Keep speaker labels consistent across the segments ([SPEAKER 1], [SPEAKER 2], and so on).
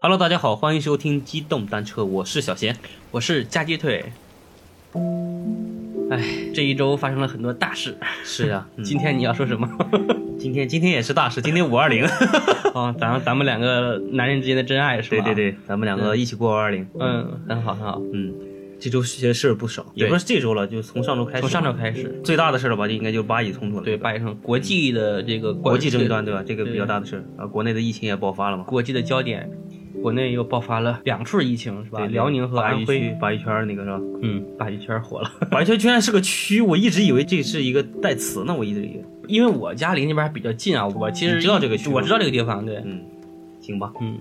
[SPEAKER 1] Hello，大家好，欢迎收听机动单车，我是小贤。
[SPEAKER 2] 我是夹鸡腿。哎，这一周发生了很多大事。
[SPEAKER 1] 是 啊，嗯、
[SPEAKER 2] 今天你要说 什么？
[SPEAKER 1] 今天今天也是大事，今天五二零。
[SPEAKER 2] 哦，咱们咱们两个男人之间的真爱 是
[SPEAKER 1] 对
[SPEAKER 2] 吧？
[SPEAKER 1] 对对，咱们两个一起过五二零。
[SPEAKER 2] 嗯，很好很好。
[SPEAKER 1] 嗯，这周其实事儿不少，也不是这周了，就从上周开始。
[SPEAKER 2] 从上周开始，
[SPEAKER 1] 最大的事儿了吧，就应该就是巴以冲突了。
[SPEAKER 2] 对八一上国际的这个
[SPEAKER 1] 国际争端对吧？这个比较大的事儿啊，国内的疫情也爆发了嘛。
[SPEAKER 2] 国际的焦点，国内又爆发了两处疫情是吧？
[SPEAKER 1] 对对
[SPEAKER 2] 辽宁和
[SPEAKER 1] 鲅鱼
[SPEAKER 2] 安徽
[SPEAKER 1] 区。鲅鱼圈儿那个是吧？
[SPEAKER 2] 嗯，鲅鱼圈火了。
[SPEAKER 1] 鲅鱼圈居然是个区，我一直以为这是一个代词呢，我一直以为。
[SPEAKER 2] 因为我家离那边还比较近啊，我其实
[SPEAKER 1] 你知道这个区吗
[SPEAKER 2] 我知道这个地方，对，
[SPEAKER 1] 嗯，行吧。
[SPEAKER 2] 嗯，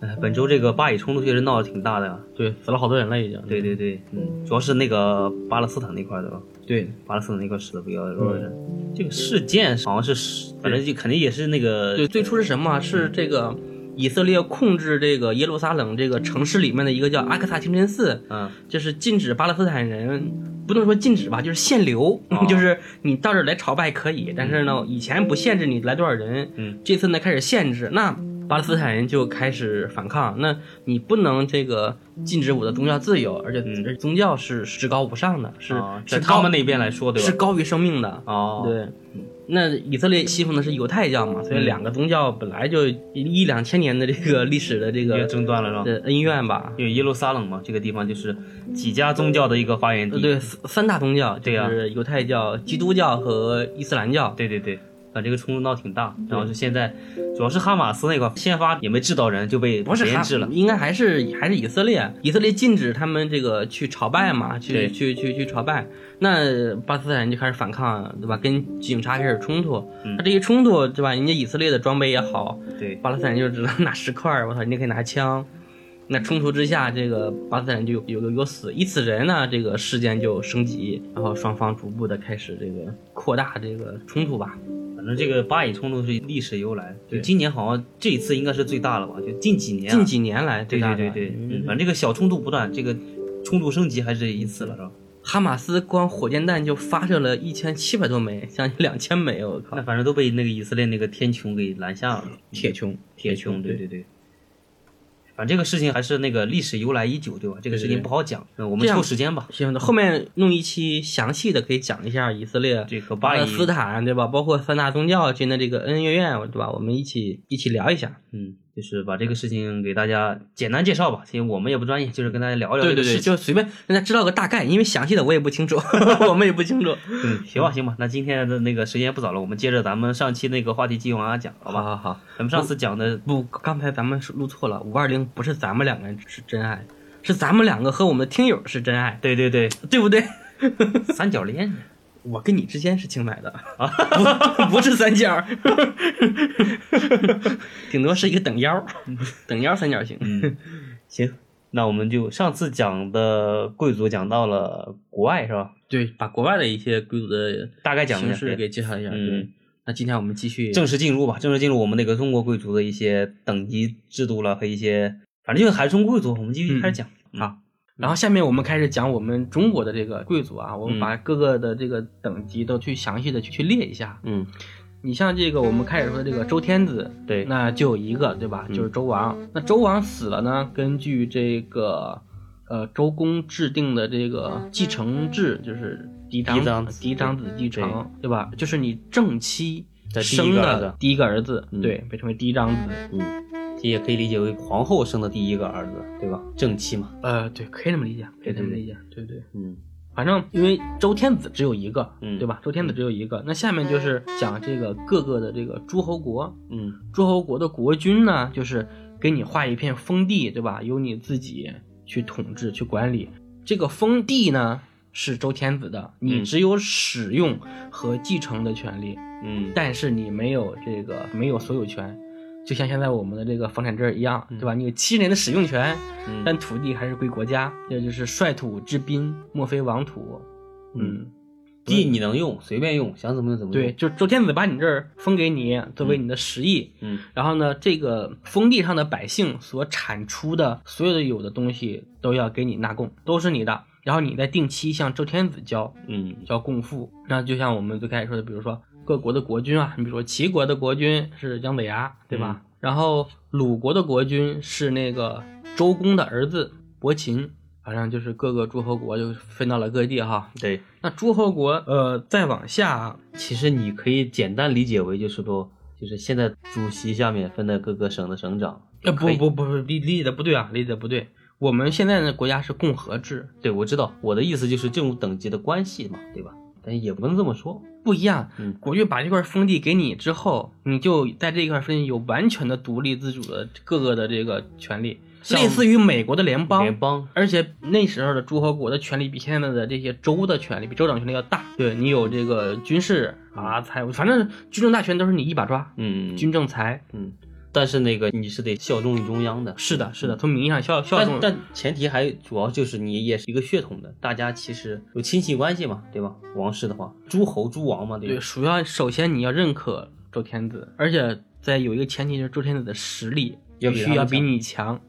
[SPEAKER 1] 哎，本周这个巴以冲突确实闹得挺大的呀、啊
[SPEAKER 2] 对，死了好多人了已经。
[SPEAKER 1] 对对对，嗯，主要是那个巴勒斯坦那块儿的吧，
[SPEAKER 2] 对，
[SPEAKER 1] 巴勒斯坦那块儿死的比较多人。这个事件好像是，反正就肯定也是那个，
[SPEAKER 2] 对，最初是什么啊？是这个以色列控制这个耶路撒冷这个城市里面的一个叫阿克萨清真寺，
[SPEAKER 1] 嗯，
[SPEAKER 2] 就是禁止巴勒斯坦人，不能说禁止吧，就是限流，
[SPEAKER 1] 哦
[SPEAKER 2] 就是你到这儿来朝拜可以，但是呢，以前不限制你来多少人，
[SPEAKER 1] 嗯，
[SPEAKER 2] 这次呢开始限制，那巴勒斯坦人就开始反抗，那你不能这个禁止我的宗教自由，而且
[SPEAKER 1] 嗯
[SPEAKER 2] 而且宗教是至高无上的，是、
[SPEAKER 1] 啊在
[SPEAKER 2] 是
[SPEAKER 1] 他
[SPEAKER 2] 高
[SPEAKER 1] 们那边来说，对
[SPEAKER 2] 是
[SPEAKER 1] 吧？
[SPEAKER 2] 高于生命的，
[SPEAKER 1] 哦，
[SPEAKER 2] 对，那以色列信奉的是犹太教嘛，所以
[SPEAKER 1] 嗯
[SPEAKER 2] 两个宗教本来就一两千年的这个历史的这
[SPEAKER 1] 这个
[SPEAKER 2] 个
[SPEAKER 1] 争端了是吧？
[SPEAKER 2] 呃恩怨吧。
[SPEAKER 1] 因为耶路撒冷嘛，这个地方就是几家宗教的一个发源
[SPEAKER 2] 呃
[SPEAKER 1] 地。
[SPEAKER 2] 对，三三大宗教就
[SPEAKER 1] 对呀
[SPEAKER 2] 是犹太教、基督教和伊斯兰教。
[SPEAKER 1] 对对对，啊，这个冲突闹挺大。然后是现在，主要是哈马斯那块儿先发也没制造人就被
[SPEAKER 2] 不是
[SPEAKER 1] 研
[SPEAKER 2] 哈
[SPEAKER 1] 制了，，
[SPEAKER 2] 应该还是还是以色列。以色列禁止他们这个去朝拜嘛，去
[SPEAKER 1] 对
[SPEAKER 2] 去去去朝拜。那巴勒斯坦人就开始反抗，对吧？跟警察开始冲突。
[SPEAKER 1] 嗯
[SPEAKER 2] 那这一冲突，对吧？人家以色列的装备也好，
[SPEAKER 1] 对，
[SPEAKER 2] 巴勒斯坦人就只能拿石块儿，我操，人家可以拿枪。那冲突之下，这个巴勒斯坦人就有有有死一死人呢，这个事件就升级，然后双方逐步的开始这个扩大这个冲突吧。
[SPEAKER 1] 反正这个巴以冲突是历史由来，就
[SPEAKER 2] 对
[SPEAKER 1] 今年好像这一次应该是最大了吧？就近几年啊、
[SPEAKER 2] 近几年来，
[SPEAKER 1] 对
[SPEAKER 2] 吧
[SPEAKER 1] 对对对，嗯
[SPEAKER 2] 嗯
[SPEAKER 1] 反正这个小冲突不断，这个冲突升级还是一次了，是吧？
[SPEAKER 2] 哈马斯光火箭弹就发射了一千七百多枚，将近两千枚，我靠
[SPEAKER 1] 那，反正都被那个以色列那个天穹给拦下了，
[SPEAKER 2] 嗯铁穹，
[SPEAKER 1] 嗯铁穹，对对对。反正这个事情还是那个历史由来已久，对吧？这个事
[SPEAKER 2] 对
[SPEAKER 1] 情
[SPEAKER 2] 对
[SPEAKER 1] 不好讲，嗯我们
[SPEAKER 2] 这样
[SPEAKER 1] 抽时间吧。
[SPEAKER 2] 行，后面弄一期详细的，可以讲一下以色列
[SPEAKER 1] 这个
[SPEAKER 2] 巴
[SPEAKER 1] 巴
[SPEAKER 2] 勒
[SPEAKER 1] 以，
[SPEAKER 2] 斯坦，对吧？包括三大宗教之间的这个恩恩怨怨，对吧？我们一起一起聊一下。
[SPEAKER 1] 嗯，就是把这个事情给大家简单介绍吧。其实我们也不专业，就是跟大家聊聊
[SPEAKER 2] 对
[SPEAKER 1] 这个
[SPEAKER 2] 对对，
[SPEAKER 1] 事情。
[SPEAKER 2] 就随便让他知道个大概，因为详细的我也不 清楚，我们也不清楚。
[SPEAKER 1] 嗯，行吧，行吧。那今天的那个时间不早了，我们接着咱们上期那个话题继续往下讲，好吧？
[SPEAKER 2] 好好，
[SPEAKER 1] 咱们上次讲的
[SPEAKER 2] 不，刚才咱们是录错了，五二零不是咱们两个人是真爱，是咱们两个和我们的听友是真爱，
[SPEAKER 1] 对对对，
[SPEAKER 2] 对不对？
[SPEAKER 1] 三角恋，
[SPEAKER 2] 我跟你之间是清白的啊，不 不是三角，顶多是一个等 腰，等腰三角形。
[SPEAKER 1] 行，那我们就上次讲的贵族讲到了国外是吧？
[SPEAKER 2] 对，把国外的一些贵族的
[SPEAKER 1] 大概讲一
[SPEAKER 2] 形
[SPEAKER 1] 下，
[SPEAKER 2] 式
[SPEAKER 1] 对
[SPEAKER 2] 给介绍一下。
[SPEAKER 1] 嗯
[SPEAKER 2] 对，那今天我们继续
[SPEAKER 1] 正式进入吧，正式进入我们那个中国贵族的一些等级制度了和一些，反正就是还是中国贵族，我们继续开始讲。
[SPEAKER 2] 好，然后下面我们开始讲我们中国的这个贵族啊，我们
[SPEAKER 1] 嗯
[SPEAKER 2] 把各个的这个等级都去详细的去去列一下。
[SPEAKER 1] 嗯，
[SPEAKER 2] 你像这个我们开始说这个周天子，
[SPEAKER 1] 对，
[SPEAKER 2] 那就有一个对吧？
[SPEAKER 1] 嗯
[SPEAKER 2] 就是周王。那周王死了呢，根据这个呃周公制定的这个继承制，就是嫡长
[SPEAKER 1] 嫡长子
[SPEAKER 2] 嫡长子继承，对吧？就是你正妻
[SPEAKER 1] 的第一个
[SPEAKER 2] 生
[SPEAKER 1] 儿
[SPEAKER 2] 的
[SPEAKER 1] 子
[SPEAKER 2] 第一个儿子，
[SPEAKER 1] 嗯
[SPEAKER 2] 对，被称为嫡长子。
[SPEAKER 1] 嗯，这也可以理解为皇后生的第一个儿子，对吧？正妻嘛。
[SPEAKER 2] 呃，对，可以这么理解，可以这
[SPEAKER 1] 对对
[SPEAKER 2] 么
[SPEAKER 1] 对
[SPEAKER 2] 理解，对对。
[SPEAKER 1] 嗯，
[SPEAKER 2] 反正因为周天子只有一个，
[SPEAKER 1] 嗯
[SPEAKER 2] 对吧？周天子只有一个，那下面就是讲这个各个的这个诸侯国，
[SPEAKER 1] 嗯，
[SPEAKER 2] 诸侯国的国君呢，就是给你划一片封地，对吧？由你自己去统治去管理。这个封地呢是周天子的，你
[SPEAKER 1] 嗯
[SPEAKER 2] 只有使用和继承的权利，
[SPEAKER 1] 嗯，
[SPEAKER 2] 但是你没有这个没有所有权。就像现在我们的这个房产证一样，对吧？你有七年的使用权，
[SPEAKER 1] 嗯
[SPEAKER 2] 但土地还是归国家，这就是率土之滨，莫非王土。嗯，
[SPEAKER 1] 地你能用，随便用，想怎么用怎么用。
[SPEAKER 2] 对，，就是周天子把你这儿封给你，作为你的实意。
[SPEAKER 1] 嗯，
[SPEAKER 2] 然后呢，这个封地上的百姓所产出的所有的有的东西都要给你纳贡，都是你的。然后你再定期向周天子交
[SPEAKER 1] 嗯，
[SPEAKER 2] 交贡赋。那就像我们最开始说的，比如说各国的国君啊，你比如说齐国的国君是姜子牙，对吧？然后鲁国的国君是那个周公的儿子伯禽，好像就是各个诸侯国就分到了各地哈。
[SPEAKER 1] 对，
[SPEAKER 2] 那诸侯国呃再往下，啊
[SPEAKER 1] 其实你可以简单理解为就是说，就是现在主席下面分的各个省的省长。
[SPEAKER 2] 呃不
[SPEAKER 1] 可以
[SPEAKER 2] 不不不理理解的不对啊，理解的不对。我们现在的国家是共和制，
[SPEAKER 1] 对，我知道，我的意思就是这种等级的关系嘛，对吧？但也不能这么说。
[SPEAKER 2] 不一样。
[SPEAKER 1] 嗯
[SPEAKER 2] 国君把这块封地给你之后，你就在这一块封地有完全的独立自主的各个的这个权利，
[SPEAKER 1] 像
[SPEAKER 2] 类似于美国的联邦。
[SPEAKER 1] 联邦，
[SPEAKER 2] 而且那时候的诸侯国的权力比现在的这些州的权力，比州长权力要大。对你有这个军事啊、财务，反正军政大权都是你一把抓，
[SPEAKER 1] 嗯，
[SPEAKER 2] 军政财。
[SPEAKER 1] 嗯，但是那个你是得效忠于中央的，
[SPEAKER 2] 是的，是的，从名义上效效
[SPEAKER 1] 但
[SPEAKER 2] 忠。
[SPEAKER 1] 但前提还主要就是你也是一个血统的，大家其实有亲戚关系嘛，对吧？王室的话，诸侯诸王嘛，对
[SPEAKER 2] 对，
[SPEAKER 1] 吧？
[SPEAKER 2] 首要首先你要认可周天子，而且在有一个前提就是周天子的实力
[SPEAKER 1] 要
[SPEAKER 2] 必
[SPEAKER 1] 比
[SPEAKER 2] 须
[SPEAKER 1] 他
[SPEAKER 2] 要
[SPEAKER 1] 们
[SPEAKER 2] 比
[SPEAKER 1] 强
[SPEAKER 2] 你强。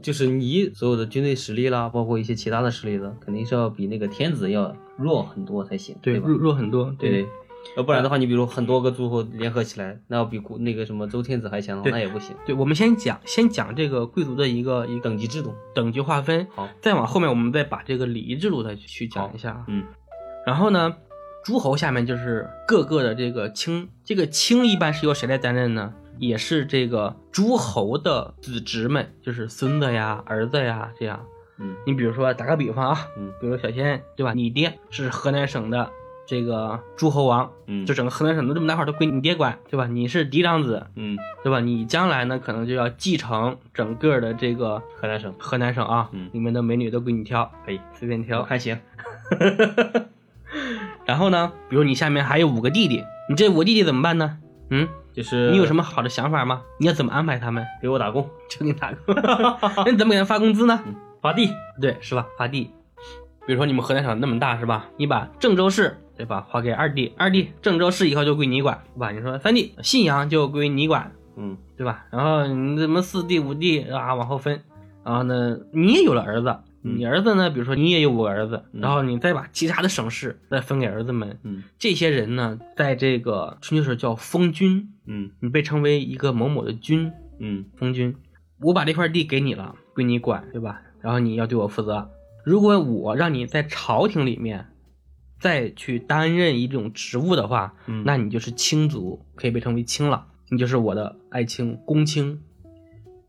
[SPEAKER 1] 就是你所有的军队实力啦，包括一些其他的实力啦，肯定是要比那个天子要弱很多才行，
[SPEAKER 2] 对，
[SPEAKER 1] 吧
[SPEAKER 2] 弱？弱很多。
[SPEAKER 1] 对对。要不然的话，你比如很多个诸侯联合起来，那要比古那个什么周天子还强的话，
[SPEAKER 2] 对
[SPEAKER 1] 那也不行。
[SPEAKER 2] 对，我们先讲先讲这个贵族的一个一个
[SPEAKER 1] 等级制度，
[SPEAKER 2] 等级划分，
[SPEAKER 1] 好，
[SPEAKER 2] 再往后面我们再把这个礼仪制度再去去讲一下啊。
[SPEAKER 1] 嗯，
[SPEAKER 2] 然后呢，诸侯下面就是各个的这个卿，这个卿一般是由谁来担任呢？也是这个诸侯的子侄们，就是孙子呀、儿子呀这样。
[SPEAKER 1] 嗯
[SPEAKER 2] 你比如说打个比方啊，
[SPEAKER 1] 嗯
[SPEAKER 2] 比如说小仙对吧？你爹是河南省的这个诸侯王，
[SPEAKER 1] 嗯，
[SPEAKER 2] 就整个河南省的这么大块儿都归你爹管，对吧？你是嫡长子，
[SPEAKER 1] 嗯，
[SPEAKER 2] 对吧？你将来呢，可能就要继承整个的这个
[SPEAKER 1] 河南省
[SPEAKER 2] 河南省啊，
[SPEAKER 1] 嗯
[SPEAKER 2] 你们的美女都归你挑，
[SPEAKER 1] 可以，
[SPEAKER 2] 随便
[SPEAKER 1] 我
[SPEAKER 2] 挑。
[SPEAKER 1] 看行，
[SPEAKER 2] 然后呢，比如你下面还有五个弟弟，你这五个弟弟怎么办呢？嗯，
[SPEAKER 1] 就是
[SPEAKER 2] 你有什
[SPEAKER 1] 么
[SPEAKER 2] 么好的想法吗？你要怎么安排他们？
[SPEAKER 1] 给我打工，
[SPEAKER 2] 就给你打工， 那你怎么给他发工资呢？
[SPEAKER 1] 发地，
[SPEAKER 2] 对，是吧？发地，比如说你们河南省那么大是吧？你把郑州市对吧划给二弟，二弟郑州市以后就归你管，对吧？你说三弟信阳就归你管，
[SPEAKER 1] 嗯，
[SPEAKER 2] 对吧？然后你怎么四弟五弟啊往后分，然后呢你也有了儿子，
[SPEAKER 1] 嗯
[SPEAKER 2] 你儿子呢，比如说你也有五个儿子，
[SPEAKER 1] 嗯
[SPEAKER 2] 然后你再把其他的省市再分给儿子们，
[SPEAKER 1] 嗯
[SPEAKER 2] 这些人呢，在这个春秋时叫封君，
[SPEAKER 1] 嗯
[SPEAKER 2] 你被称为一个某某的君，
[SPEAKER 1] 嗯
[SPEAKER 2] 封君，我把这块地给你了，归你管，对吧？然后你要对我负责。如果我让你在朝廷里面再去担任一种职务的话，
[SPEAKER 1] 嗯
[SPEAKER 2] 那你就是卿族，可以被称为卿了，你就是我的爱卿、公卿。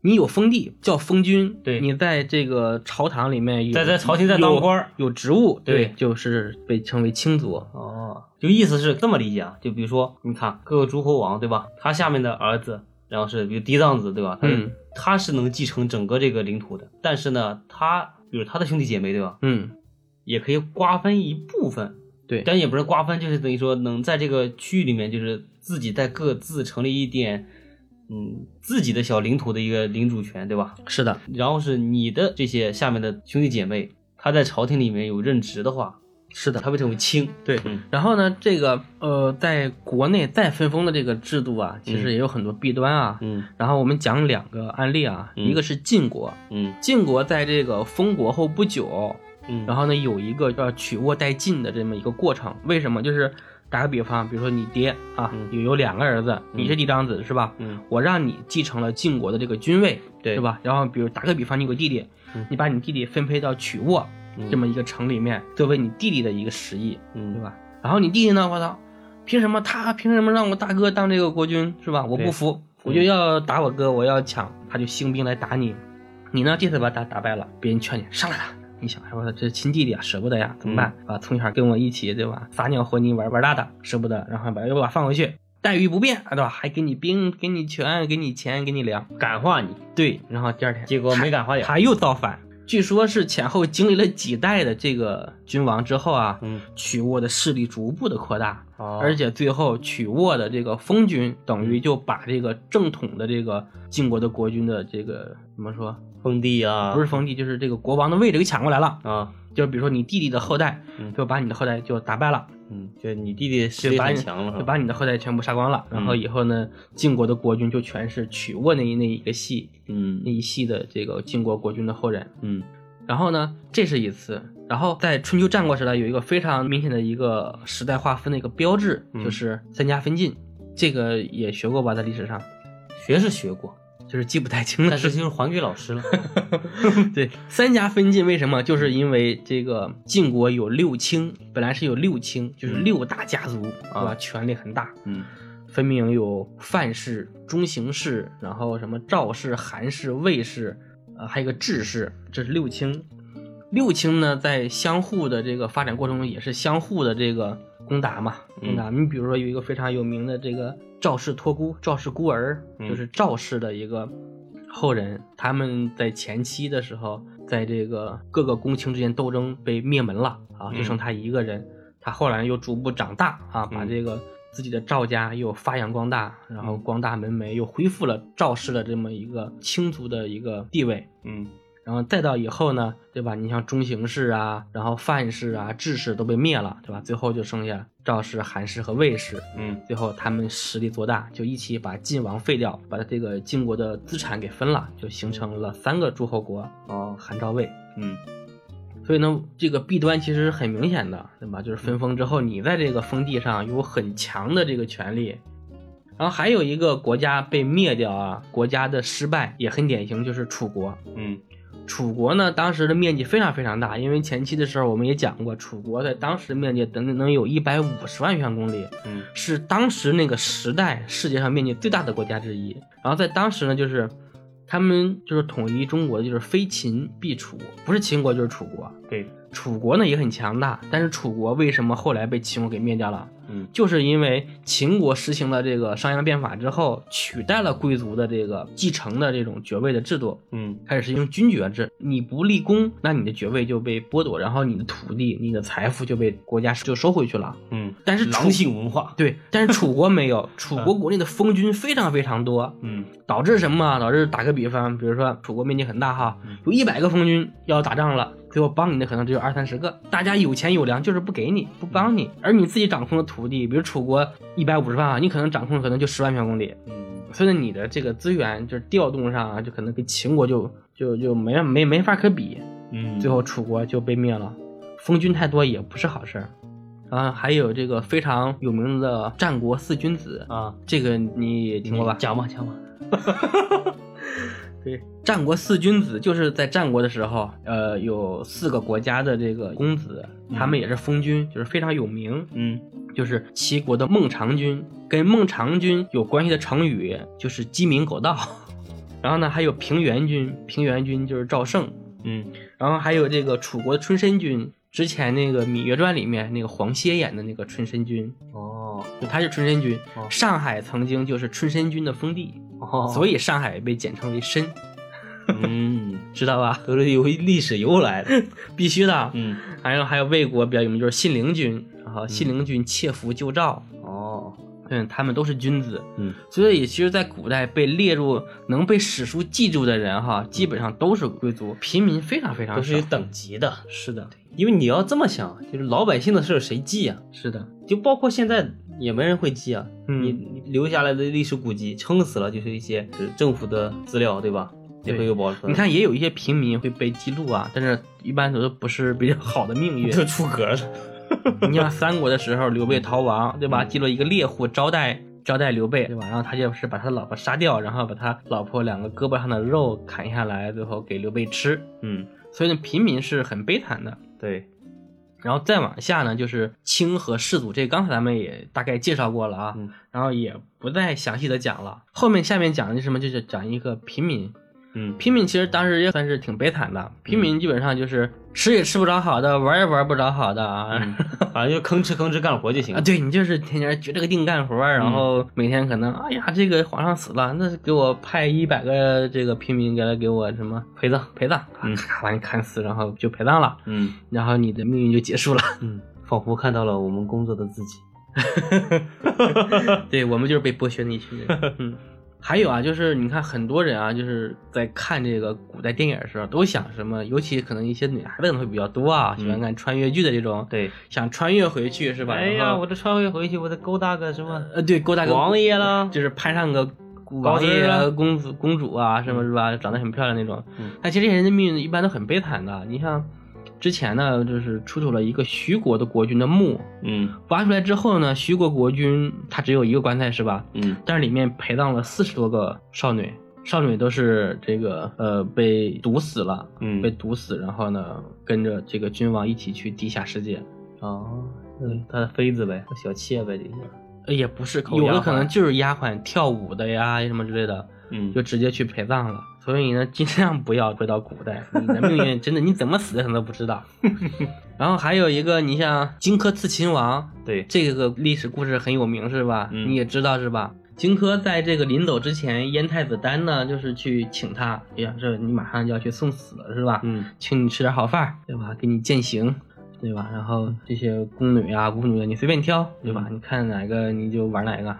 [SPEAKER 2] 你有封地，叫封君。
[SPEAKER 1] 对
[SPEAKER 2] 你在这个朝堂里面有，
[SPEAKER 1] 在在朝廷在当官儿
[SPEAKER 2] 有有职务，对，
[SPEAKER 1] 对
[SPEAKER 2] 就是被称为卿族。
[SPEAKER 1] 哦，就意思是这么理解啊，就比如说，你看各个诸侯王对吧？他下面的儿子，然后是比如嫡长子对吧？他是、
[SPEAKER 2] 嗯
[SPEAKER 1] 他是能继承整个这个领土的，但是呢，他比如他的兄弟姐妹对吧，
[SPEAKER 2] 嗯，
[SPEAKER 1] 也可以瓜分一部分，
[SPEAKER 2] 对，
[SPEAKER 1] 但也不是瓜分，就是等于说能在这个区域里面，就是自己在各自成立一点，嗯，自己的小领土的一个领主权对吧？
[SPEAKER 2] 是的，
[SPEAKER 1] 然后是你的这些下面的兄弟姐妹，他在朝廷里面有任职的话，
[SPEAKER 2] 是的。
[SPEAKER 1] 他被称为卿。
[SPEAKER 2] 对
[SPEAKER 1] 嗯
[SPEAKER 2] 然后呢，这个呃，在国内再分封的这个制度啊，其实也有很多弊端啊。
[SPEAKER 1] 嗯
[SPEAKER 2] 然后我们讲两个案例啊，
[SPEAKER 1] 嗯
[SPEAKER 2] 一个是晋国，
[SPEAKER 1] 嗯
[SPEAKER 2] 晋国在这个封国后不久，
[SPEAKER 1] 嗯，
[SPEAKER 2] 然后呢有一个叫取沃代晋的这么一个过程。为什么？就是打个比方，比如说你爹啊
[SPEAKER 1] 嗯
[SPEAKER 2] 有有两个儿子，你是嫡长子是吧？
[SPEAKER 1] 嗯
[SPEAKER 2] 我让你继承了晋国的这个君位，
[SPEAKER 1] 对
[SPEAKER 2] 对吧？然后比如打个比方，你有个弟弟
[SPEAKER 1] 嗯，
[SPEAKER 2] 你把你弟弟分配到曲沃这么一个城里面，作为你弟弟的一个实益，
[SPEAKER 1] 嗯
[SPEAKER 2] 对吧？然后你弟弟呢，我操，凭什么他凭什么让我大哥当这个国君是吧？我不服，我就要打我哥，我要抢，他就兴兵来打你，你呢这次把他打打败了，别人劝你杀了他。你想，哎我操，这是亲弟弟啊，舍不得呀，怎么
[SPEAKER 1] 嗯
[SPEAKER 2] 办、啊？从小跟我一起，对吧？撒尿和泥玩玩大的，舍不得，然后把又把他放回去，待遇不变，啊对吧？还给你兵，给你权，给你钱，给你粮，
[SPEAKER 1] 感化你，
[SPEAKER 2] 对。然后第二天，
[SPEAKER 1] 结果没感化了。
[SPEAKER 2] 他又造反。据说是前后经历了几代的这个君王之后啊，
[SPEAKER 1] 嗯，
[SPEAKER 2] 曲沃的势力逐步的扩大，
[SPEAKER 1] 而
[SPEAKER 2] 而
[SPEAKER 1] 且
[SPEAKER 2] 且最后曲沃的这个封君等于就把这个正统的这个晋国的国君的这个怎么说，
[SPEAKER 1] 封地啊，
[SPEAKER 2] 不是封地，就是这个国王的位置给抢过来了。
[SPEAKER 1] 啊，
[SPEAKER 2] 就比如说你弟弟的后代
[SPEAKER 1] 嗯，
[SPEAKER 2] 就把你的后代就打败了，
[SPEAKER 1] 嗯，就你弟弟实
[SPEAKER 2] 就
[SPEAKER 1] 力
[SPEAKER 2] 把
[SPEAKER 1] 很
[SPEAKER 2] 你
[SPEAKER 1] 强了，
[SPEAKER 2] 就是
[SPEAKER 1] 吧？
[SPEAKER 2] 把你的后代全部杀光了。然后以后呢，晋国的国君就全是曲沃那一那一个系
[SPEAKER 1] 嗯
[SPEAKER 2] 那一系的这个晋国国君的后人。
[SPEAKER 1] 嗯
[SPEAKER 2] 然后呢，这是一次。然后在春秋战国时代有一个非常明显的一个时代划分的一个标志，
[SPEAKER 1] 嗯
[SPEAKER 2] 就是三家分晋。这个也学过吧，在历史上。
[SPEAKER 1] 学是学过，
[SPEAKER 2] 就是记不太清了
[SPEAKER 1] 但。是就是还给老师 了。
[SPEAKER 2] 对，三家分晋为什么？就是因为这个晋国有六卿，本来是有六卿，就是
[SPEAKER 1] 嗯
[SPEAKER 2] 六大家族，对吧？
[SPEAKER 1] 啊
[SPEAKER 2] 权力很大，
[SPEAKER 1] 嗯
[SPEAKER 2] 分明有范氏、中行氏，然后什么赵氏、韩氏、魏氏，呃，还有一个智氏，这是六卿。六卿呢，在相互的这个发展过程中，也是相互的这个攻打嘛，
[SPEAKER 1] 嗯
[SPEAKER 2] 攻打。你比如说有一个非常有名的这个赵氏托孤、赵氏孤儿，
[SPEAKER 1] 嗯
[SPEAKER 2] 就是赵氏的一个后人，他们在前期的时候，在这个各个公卿之间斗争被灭门了啊，就
[SPEAKER 1] 嗯
[SPEAKER 2] 剩他一个人。他后来又逐步长大啊，把
[SPEAKER 1] 嗯
[SPEAKER 2] 这个自己的赵家又发扬光大，然后
[SPEAKER 1] 嗯
[SPEAKER 2] 光大门楣又恢复了赵氏的这么一个卿族的一个地位。
[SPEAKER 1] 嗯
[SPEAKER 2] 然后再到以后呢，对吧？你像中行氏啊，然后范氏啊、智氏都被灭了，对吧？最后就剩下赵氏、韩氏和魏氏。
[SPEAKER 1] 嗯
[SPEAKER 2] 最后他们实力做大，就一起把晋王废掉，把这个晋国的资产给分了，就形成了三个诸侯国：
[SPEAKER 1] 哦
[SPEAKER 2] 韩、赵、魏。
[SPEAKER 1] 嗯
[SPEAKER 2] 所以呢，这个弊端其实是很明显的，对吧？就是分封之后，你在这个封地上有很强的这个权利。然后还有一个国家被灭掉啊，国家的失败也很典型，就是楚国。
[SPEAKER 1] 嗯
[SPEAKER 2] 楚国呢，当时的面积非常非常大，因为前期的时候我们也讲过，楚国在当时面积等等能有一百五十万平方公里，
[SPEAKER 1] 嗯
[SPEAKER 2] 是当时那个时代世界上面积最大的国家之一。然后在当时呢，就是他们就是统一中国，就是非秦必楚，不是秦国就是楚国。
[SPEAKER 1] 对
[SPEAKER 2] 楚国呢也很强大，但是楚国为什么后来被秦国给灭掉了？
[SPEAKER 1] 嗯
[SPEAKER 2] 就是因为秦国实行了这个商鞅变法之后，取代了贵族的这个继承的这种爵位的制度，
[SPEAKER 1] 嗯
[SPEAKER 2] 开始实行君爵制。你不立功，那你的爵位就被剥夺，然后你的土地、你的财富就被国家就收回去了。
[SPEAKER 1] 嗯，
[SPEAKER 2] 但是楚
[SPEAKER 1] 狼性文化。
[SPEAKER 2] 对，但是楚国没有， 楚国国内的封君非常非常多，
[SPEAKER 1] 嗯
[SPEAKER 2] 导致什么啊？导致打个比方，比如说楚国面积很大哈
[SPEAKER 1] 嗯，
[SPEAKER 2] 有一百个封君要打仗了，最后帮你的可能只有二三十个。大家有钱有粮，就是不给你，不帮你。而你自己掌控的土地，比如楚国一百五十万啊，你可能掌控的可能就十万平方公里，
[SPEAKER 1] 嗯
[SPEAKER 2] 所以呢，你的这个资源就是调动上啊，就可能跟秦国就就就没没没法可比。
[SPEAKER 1] 嗯，
[SPEAKER 2] 最后楚国就被灭了。封君太多也不是好事儿。啊，还有这个非常有名的战国四君子，
[SPEAKER 1] 啊，
[SPEAKER 2] 这个你也听过吧？
[SPEAKER 1] 讲吧讲吧。
[SPEAKER 2] 对，战国四君子就是在战国的时候，呃，有四个国家的这个公子，他们也是封君，就是非常有名。
[SPEAKER 1] 嗯
[SPEAKER 2] 就是齐国的孟尝君，跟孟尝君有关系的成语就是鸡鸣狗盗。 然后呢，还有平原君，平原君就是赵胜，
[SPEAKER 1] 嗯
[SPEAKER 2] 然后还有这个楚国的春申君，之前那个《芈月传》里面那个黄歇演的那个春申君，
[SPEAKER 1] 哦
[SPEAKER 2] 就他是春申君。
[SPEAKER 1] 哦
[SPEAKER 2] 上海曾经就是春申君的封地，
[SPEAKER 1] 哦，
[SPEAKER 2] 所
[SPEAKER 1] 以
[SPEAKER 2] 以上海被简称为申，
[SPEAKER 1] 嗯，
[SPEAKER 2] 知道吧？
[SPEAKER 1] 都是由历史由来 的。
[SPEAKER 2] 必须的。啊
[SPEAKER 1] 嗯
[SPEAKER 2] 还有还有魏国比较有名就是信陵君，然后信陵君窃符救赵，
[SPEAKER 1] 哦
[SPEAKER 2] 嗯，他们都是君子。
[SPEAKER 1] 嗯
[SPEAKER 2] 所以，其实，在古代被列入能被史书记住的人，哈，基本上都是贵族，平民非常非常
[SPEAKER 1] 都是
[SPEAKER 2] 少
[SPEAKER 1] 有。等级的，
[SPEAKER 2] 是的，
[SPEAKER 1] 因为你要这么想，就是老百姓的事儿谁记呀、
[SPEAKER 2] 是的，
[SPEAKER 1] 就包括现在也没人会记啊。
[SPEAKER 2] 嗯
[SPEAKER 1] 你你留下来的历史古迹，撑死了就是一些就是政府的资料，对吧？也
[SPEAKER 2] 对
[SPEAKER 1] 会有保存。
[SPEAKER 2] 你，看，也有一些平民会被记录啊，但是一般都不是比较 好的命运。
[SPEAKER 1] 这出格了。
[SPEAKER 2] 你像三国的时候，刘备逃亡，对
[SPEAKER 1] 嗯
[SPEAKER 2] 吧？记录一个猎户招待招待刘备，对吧？然后他就是把他老婆杀掉，然后把他老婆两个胳膊上的肉砍下来，最后给刘备吃。
[SPEAKER 1] 嗯，
[SPEAKER 2] 所以呢，平民是很悲惨的。
[SPEAKER 1] 对，
[SPEAKER 2] 然后再往下呢，就是清和世祖，这刚才咱们也大概介绍过了啊，
[SPEAKER 1] 嗯
[SPEAKER 2] 然后也不再详细的讲了。后面下面讲的是什么？就是讲一个平民，
[SPEAKER 1] 嗯
[SPEAKER 2] 平民其实当时也算是挺悲惨的，平民基本上就是吃也吃不着好的，玩也玩不着好的啊。
[SPEAKER 1] 嗯， 反正就吭哧吭哧干活就行
[SPEAKER 2] 啊，。对你就是天天撅着个腚干活儿，
[SPEAKER 1] 嗯
[SPEAKER 2] 然后每天可能，哎呀，这个皇上死了，那给我派一百个这个平民给来给我什么陪葬，陪葬，
[SPEAKER 1] 嗯
[SPEAKER 2] 咔 把你砍死，然后就陪葬了，
[SPEAKER 1] 嗯
[SPEAKER 2] 然后你的命运就结束了。
[SPEAKER 1] 嗯，仿佛看到了我们工作的自 己。
[SPEAKER 2] 对我们就是被剥削的一 群人。嗯，还有啊，就是你看很多人啊，就是在看这个古代电影的时候，都想什么，尤其可能一些女孩子可能会比较多啊，
[SPEAKER 1] 嗯
[SPEAKER 2] 喜欢看穿越剧的这种，
[SPEAKER 1] 对，
[SPEAKER 2] 想穿越回去是吧？
[SPEAKER 1] 哎
[SPEAKER 2] 然
[SPEAKER 1] 呀，
[SPEAKER 2] 后
[SPEAKER 1] 我这穿越回去，我得勾搭个什么
[SPEAKER 2] 呃，对，勾搭个
[SPEAKER 1] 王爷啦
[SPEAKER 2] 就是攀上个古
[SPEAKER 1] 高
[SPEAKER 2] 王爷
[SPEAKER 1] 枝
[SPEAKER 2] 啊、
[SPEAKER 1] 啊
[SPEAKER 2] 公子、公主啊，什么是吧？长得很漂亮那种。
[SPEAKER 1] 嗯
[SPEAKER 2] 但其实这些人的命运一般都很悲惨的。你像之前呢，就是出土了一个徐国的国君的墓，
[SPEAKER 1] 嗯
[SPEAKER 2] 挖出来之后呢，徐国国君他只有一个棺材是吧？
[SPEAKER 1] 嗯
[SPEAKER 2] 但是里面陪葬了四十多个少女，上水都是这个呃被毒死了，
[SPEAKER 1] 嗯
[SPEAKER 2] 被毒死，然后呢跟着这个君王一起去地下世界，
[SPEAKER 1] 哦，嗯，他的妃子呗，小妾呗，这些，
[SPEAKER 2] 呃也不是，
[SPEAKER 1] 口
[SPEAKER 2] 有
[SPEAKER 1] 丫
[SPEAKER 2] 的
[SPEAKER 1] 鬟
[SPEAKER 2] 可能就是丫鬟跳舞的呀什么之类的，
[SPEAKER 1] 嗯，
[SPEAKER 2] 就直接去陪葬了。所以呢，尽量不要回到古代，你的命运真的你怎么死的你都不知道。 然后还有一个，你像荆轲刺秦王，
[SPEAKER 1] 对，
[SPEAKER 2] 这个历史故事很有名是吧？
[SPEAKER 1] 嗯
[SPEAKER 2] 你也知道是吧？荆轲在这个临走之前，燕太子丹呢，就是去请他，哎呀，这你马上就要去送死了是吧？
[SPEAKER 1] 嗯
[SPEAKER 2] 请你吃点好饭儿，对吧？给你践行，对吧？然后这些宫女啊、舞女啊，你随便挑，对吧？
[SPEAKER 1] 嗯
[SPEAKER 2] 你看哪个你就玩哪个。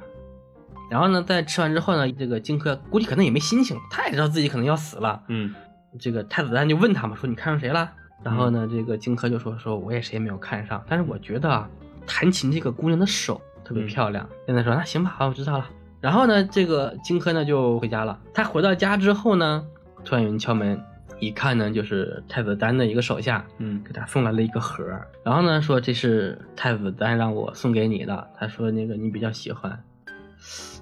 [SPEAKER 2] 然后呢，在吃完之后呢，这个荆轲估计可能也没心情，他也知道自己可能要死了。
[SPEAKER 1] 嗯
[SPEAKER 2] 这个太子丹就问他嘛，说你看上谁了？然后呢，这个荆轲就说说我也谁也没有看上，但是我觉得啊，弹琴这个姑娘的手特别漂亮。燕子说那行吧，好，我知道了。然后呢，这个荆轲呢就回家了。他回到家之后呢，突然有人敲门，一看呢就是太子丹的一个手下，
[SPEAKER 1] 嗯
[SPEAKER 2] 给他送来了一个盒儿，然后呢说这是太子丹让我送给你的，他说那个你比较喜欢。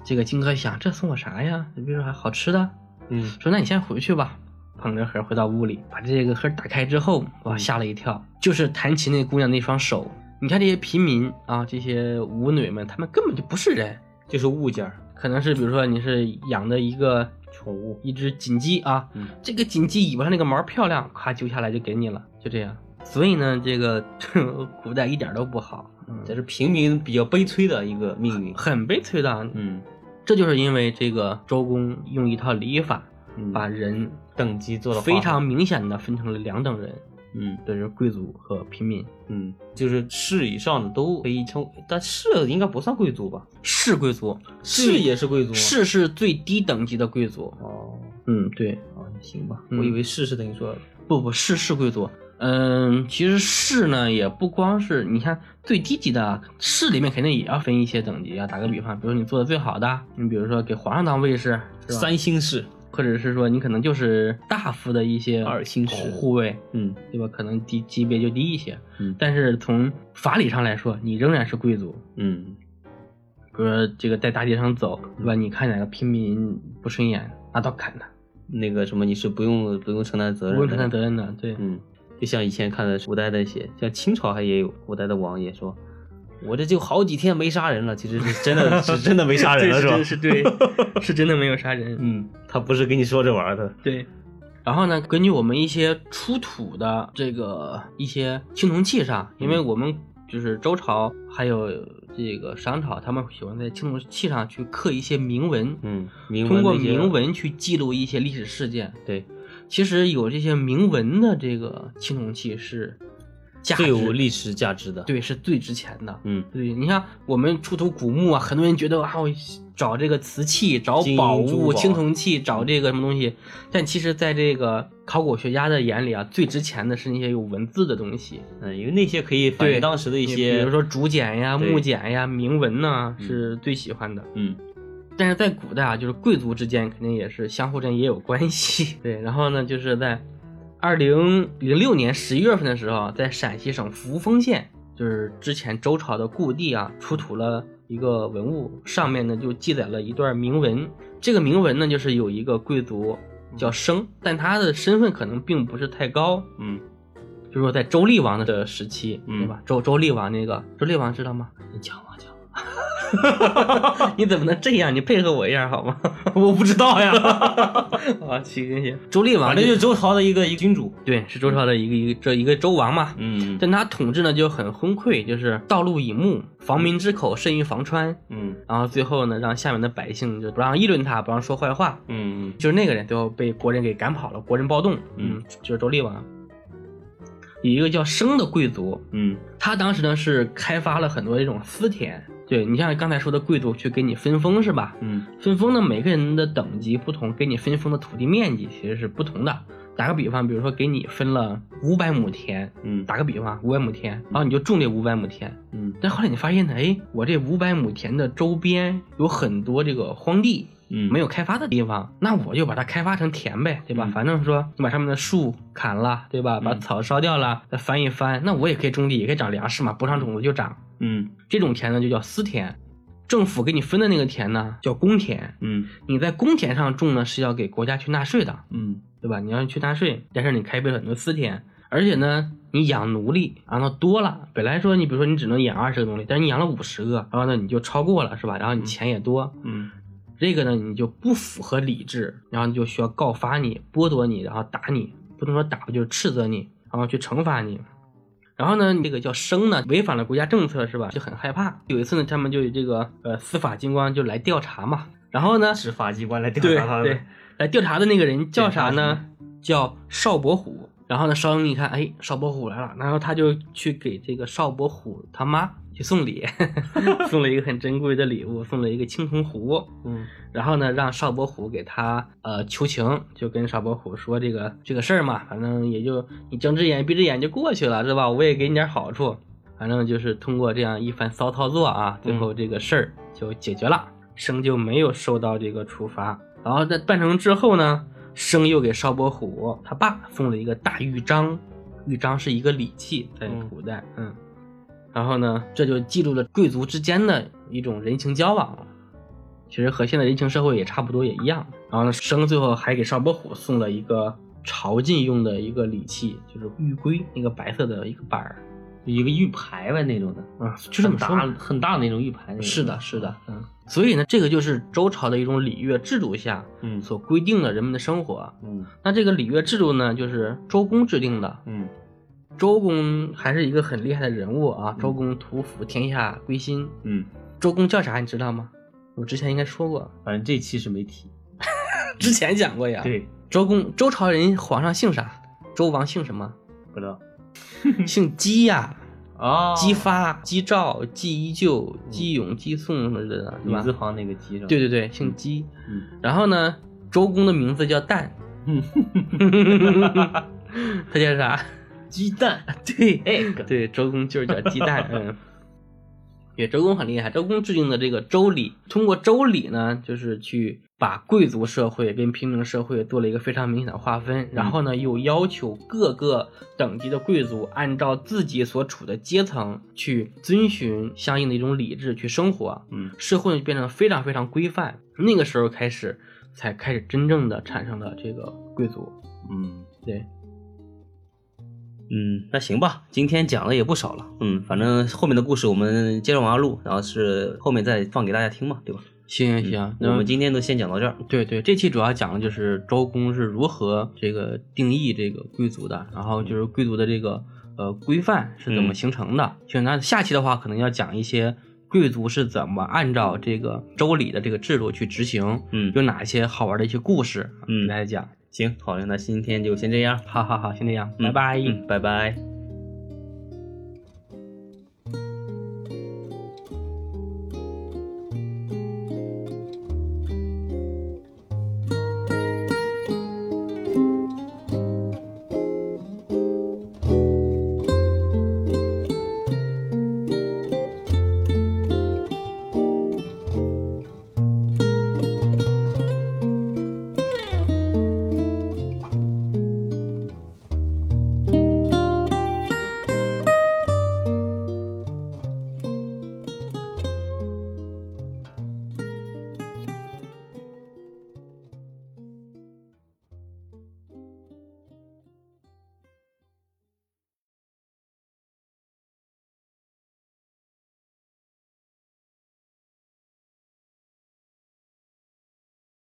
[SPEAKER 2] 这个荆轲想这送我啥呀？你比如说还好吃的，
[SPEAKER 1] 嗯
[SPEAKER 2] 说那你先回去吧。捧着盒回到屋里，把这个盒打开之后，哇，吓了一跳，就是弹琴那姑娘那双手。你看这些平民啊，这些舞女们，她们根本就不是人，
[SPEAKER 1] 就是物件儿，
[SPEAKER 2] 可能是比如说你是养的一个
[SPEAKER 1] 宠物，
[SPEAKER 2] 一只锦鸡啊，
[SPEAKER 1] 嗯
[SPEAKER 2] 这个锦鸡尾巴上那个毛漂亮，咔揪下来就给你了，就这样。所以呢，这个 古代一点都不好，嗯
[SPEAKER 1] 这是平民比较悲催的一个命运，
[SPEAKER 2] 很悲催的。啊
[SPEAKER 1] 嗯
[SPEAKER 2] 这就是因为这个周公用一套礼法
[SPEAKER 1] 嗯，
[SPEAKER 2] 把人
[SPEAKER 1] 等级做了划分
[SPEAKER 2] 非常明显的分成了两等人，
[SPEAKER 1] 嗯
[SPEAKER 2] 对，就是贵族和平民。
[SPEAKER 1] 嗯，就是士以上的都可以称，但士应该不算贵族吧？
[SPEAKER 2] 士贵族，
[SPEAKER 1] 士也是贵族吗？
[SPEAKER 2] 士是最低等级的贵族。
[SPEAKER 1] 哦
[SPEAKER 2] 嗯，对，
[SPEAKER 1] 哦，行吧，
[SPEAKER 2] 嗯
[SPEAKER 1] 我以为士是等于说
[SPEAKER 2] 不不，士是贵族。嗯，其实士呢也不光是，你看最低级的啊士里面肯定也要分一些等级啊。打个比方，比如你做的最好的，你比如说给皇上当卫士，是吧？
[SPEAKER 1] 三星士，
[SPEAKER 2] 或者是说你可能就是大夫的一些
[SPEAKER 1] 二星士
[SPEAKER 2] 护卫，
[SPEAKER 1] 嗯
[SPEAKER 2] 对吧？可能低级别就低一些，
[SPEAKER 1] 嗯
[SPEAKER 2] 但是从法理上来说，你仍然是贵族。
[SPEAKER 1] 嗯
[SPEAKER 2] 比如说这个在大街上走，对吧？你看哪个平民不顺眼，拿刀砍他，
[SPEAKER 1] 那个什么，你是不用不用承担责任，
[SPEAKER 2] 不用承担责任的。对，
[SPEAKER 1] 嗯，就像以前看的古代的写，像清朝还也有古代的王爷说，我这就好几天没杀人了，其实是真的是真的没杀人了，
[SPEAKER 2] 这
[SPEAKER 1] 吧？
[SPEAKER 2] 真是 对， 是真的没有杀人。
[SPEAKER 1] 嗯，他不是跟你说着玩儿的，
[SPEAKER 2] 对。然后呢，根据我们一些出土的这个一些青铜器上，因为我们就是周朝还有这个商朝，他们喜欢在青铜器上去刻一些铭文，
[SPEAKER 1] 嗯，铭文
[SPEAKER 2] 通过
[SPEAKER 1] 那些
[SPEAKER 2] 铭，文去记录一些历史事件。
[SPEAKER 1] 对，
[SPEAKER 2] 其实有这些铭文的这个青铜器是价值
[SPEAKER 1] 最有历史价值的，，
[SPEAKER 2] 对，是最值钱的。
[SPEAKER 1] 嗯，
[SPEAKER 2] 对，你像我们出土古墓啊，很多人觉得啊，我找这个瓷器、找
[SPEAKER 1] 金银
[SPEAKER 2] 宝
[SPEAKER 1] 珠
[SPEAKER 2] 物、
[SPEAKER 1] 宝嗯
[SPEAKER 2] 青铜器、找这个什么东西，但其实在这个考古学家的眼里啊，最值钱的是那些有文字的东西，
[SPEAKER 1] 嗯，因为那些可以反映
[SPEAKER 2] 对
[SPEAKER 1] 当时的一
[SPEAKER 2] 你
[SPEAKER 1] 些，
[SPEAKER 2] 比如说竹简呀、
[SPEAKER 1] 对
[SPEAKER 2] 木简呀、铭文呐、
[SPEAKER 1] 嗯
[SPEAKER 2] 是最喜欢的。
[SPEAKER 1] 嗯
[SPEAKER 2] 但是在古代啊，就是贵族之间肯定也是相互之间也有关系。 对，然后呢，就是在二零零六年十一月份的时候，啊在陕西省扶风县，就是之前周朝的故地啊，出土了一个文物，上面呢就记载了一段铭文。这个铭文呢，就是有一个贵族叫生，但他的身份可能并不是太高，
[SPEAKER 1] 嗯，
[SPEAKER 2] 就是说在周厉王的时期，
[SPEAKER 1] 嗯
[SPEAKER 2] 对吧？周周厉王那个周厉王知道吗？你讲嘛讲嘛， 你怎么能这样？你配合 我一下好吗？
[SPEAKER 1] 我不知道 呀，
[SPEAKER 2] 啊，行行行，周厉王
[SPEAKER 1] 反正就是周朝的一个一个君主，
[SPEAKER 2] 对，是周朝的一个一个这一个周王嘛。
[SPEAKER 1] 嗯
[SPEAKER 2] 但他统治呢就很昏聩，就是道路以目，防民之口，甚于防川。
[SPEAKER 1] 嗯
[SPEAKER 2] 然后最后呢，让下面的百姓就不让议论他，不让说坏话，
[SPEAKER 1] 嗯
[SPEAKER 2] 就是那个人最后被国人给赶跑了，国人暴动。
[SPEAKER 1] 嗯，
[SPEAKER 2] 就是周厉王。有一个叫生的贵族，
[SPEAKER 1] 嗯
[SPEAKER 2] 他当时呢是开发了很多这种私田。对你像刚才说的贵族去给你分封是吧？
[SPEAKER 1] 嗯
[SPEAKER 2] 分封呢，每个人的等级不同，给你分封的土地面积其实是不同的。打个比方，比如说给你分了五百亩田，
[SPEAKER 1] 嗯
[SPEAKER 2] 打个比方，啊五百亩田，然后你就种这五百亩田。
[SPEAKER 1] 嗯
[SPEAKER 2] 但后来你发现呢，哎，我这五百亩田的周边有很多这个荒地，
[SPEAKER 1] 嗯
[SPEAKER 2] 没有开发的地方，那我就把它开发成田呗，对吧？
[SPEAKER 1] 嗯
[SPEAKER 2] 反正说你把上面的树砍了，对吧？把
[SPEAKER 1] 嗯
[SPEAKER 2] 草烧掉了，再翻一翻，那我也可以种地，也可以长粮食嘛，不上种子就长。
[SPEAKER 1] 嗯
[SPEAKER 2] 这种田呢就叫私田。政府给你分的那个田呢叫公田，
[SPEAKER 1] 嗯
[SPEAKER 2] 你在公田上种呢是要给国家去纳税的，
[SPEAKER 1] 嗯
[SPEAKER 2] 对吧？你要去纳税，但是你开辟了很多私田，而且呢，你养奴隶养的多了，本来说你比如说你只能养二十个奴隶，但是你养了五十个，然后呢你就超过了，是吧？然后你钱也多，
[SPEAKER 1] 嗯
[SPEAKER 2] 这个呢你就不符合理智，然后你就需要告发你、剥夺你，然后打你，不能说打吧，就是斥责你，然后去惩罚你。然后呢，这个叫生呢，违反了国家政策是吧？就很害怕。有一次呢，他们就有这个呃司法机关就来调查嘛，然后呢，
[SPEAKER 1] 执法机关来调
[SPEAKER 2] 对
[SPEAKER 1] 查他
[SPEAKER 2] 对
[SPEAKER 1] 们。，
[SPEAKER 2] 来调查的那个人叫啥
[SPEAKER 1] 检查
[SPEAKER 2] 呢？叫邵伯虎。然后呢，邵英一看，哎，邵伯虎来了，然后他就去给这个邵伯虎他妈去送礼， 送了一个很珍贵的礼物，送了一个青铜壶。
[SPEAKER 1] 嗯
[SPEAKER 2] 然后呢，让邵伯虎给他呃求情，就跟邵伯虎说这个这个事儿嘛，反正也就你睁只眼闭只眼就过去了，是吧？我也给你点好处，反正就是通过这样一番骚操作啊，最后这个事儿就解决了，生就没有受到这个处罚。然后在办成之后呢，生又给邵伯虎他爸送了一个大玉章，玉章是一个礼器，在
[SPEAKER 1] 嗯
[SPEAKER 2] 古代，嗯然后呢，这就记录了贵族之间的一种人情交往。其实和现在人情社会也差不多，也一样。然后呢，生最后还给邵伯虎送了一个朝觐用的一个礼器，就是玉龟，那个白色的一个板儿
[SPEAKER 1] 一个玉牌吧那种的，
[SPEAKER 2] 啊，就这么
[SPEAKER 1] 很
[SPEAKER 2] 说
[SPEAKER 1] 大
[SPEAKER 2] 嘛。
[SPEAKER 1] 很大的那种玉牌那种。
[SPEAKER 2] 是的，是的，
[SPEAKER 1] 嗯
[SPEAKER 2] 所以呢，这个就是周朝的一种礼乐制度下
[SPEAKER 1] 嗯
[SPEAKER 2] 所规定的人们的生活。
[SPEAKER 1] 嗯
[SPEAKER 2] 那这个礼乐制度呢，就是周公制定的，
[SPEAKER 1] 嗯
[SPEAKER 2] 周公还是一个很厉害的人物啊！周公吐哺，天下归心。
[SPEAKER 1] 嗯，
[SPEAKER 2] 周公叫啥你知道吗？我之前应该说过，
[SPEAKER 1] 反正这期是没提。 啊
[SPEAKER 2] 之前讲过呀。，
[SPEAKER 1] 对，
[SPEAKER 2] 周公周朝人皇上姓啥？周王姓什么？
[SPEAKER 1] 不知道
[SPEAKER 2] 姓姬 呀、
[SPEAKER 1] 啊，
[SPEAKER 2] 姬发、姬兆、姬依旧、姬勇、姬宋什么的，是
[SPEAKER 1] 女
[SPEAKER 2] 吧
[SPEAKER 1] 字？旁那个姬是吧？
[SPEAKER 2] 对，对对，姓姬。
[SPEAKER 1] 嗯
[SPEAKER 2] 然后呢，周公的名字叫蛋，
[SPEAKER 1] 嗯
[SPEAKER 2] 他叫啥？
[SPEAKER 1] 鸡蛋
[SPEAKER 2] 对，
[SPEAKER 1] egg，
[SPEAKER 2] 对，周公就是叫鸡蛋，嗯。 对，周公很厉害。周公制定的这个周礼，通过周礼呢，就是去把贵族社会跟平民社会做了一个非常明显的划分，然后呢，又要求各个等级的贵族按照自己所处的阶层去遵循相应的一种礼制去生活，
[SPEAKER 1] 嗯
[SPEAKER 2] 社会就变得非常非常规范。那个时候开始，才开始真正的产生了这个贵族。
[SPEAKER 1] 嗯
[SPEAKER 2] 对，
[SPEAKER 1] 嗯，那行吧，今天讲的也不少了，嗯，反正后面的故事我们接着往下录，然后是后面再放给大家听嘛，对吧？嗯
[SPEAKER 2] 行行行，那
[SPEAKER 1] 我们今天都先讲到这儿，
[SPEAKER 2] 对对，这期主要讲的就是周公是如何这个定义这个贵族的，然后就是贵族的这个呃规范是怎么
[SPEAKER 1] 嗯
[SPEAKER 2] 形成的。就那下期的话，可能要讲一些贵族是怎么按照这个周礼的这个制度去执行，
[SPEAKER 1] 嗯
[SPEAKER 2] 有哪一些好玩的一些故事，
[SPEAKER 1] 嗯
[SPEAKER 2] 给大家讲。
[SPEAKER 1] 行，好嘞，那今天就先这样，
[SPEAKER 2] 好好好，先这样，
[SPEAKER 1] 嗯
[SPEAKER 2] 拜拜。
[SPEAKER 1] 嗯，拜拜。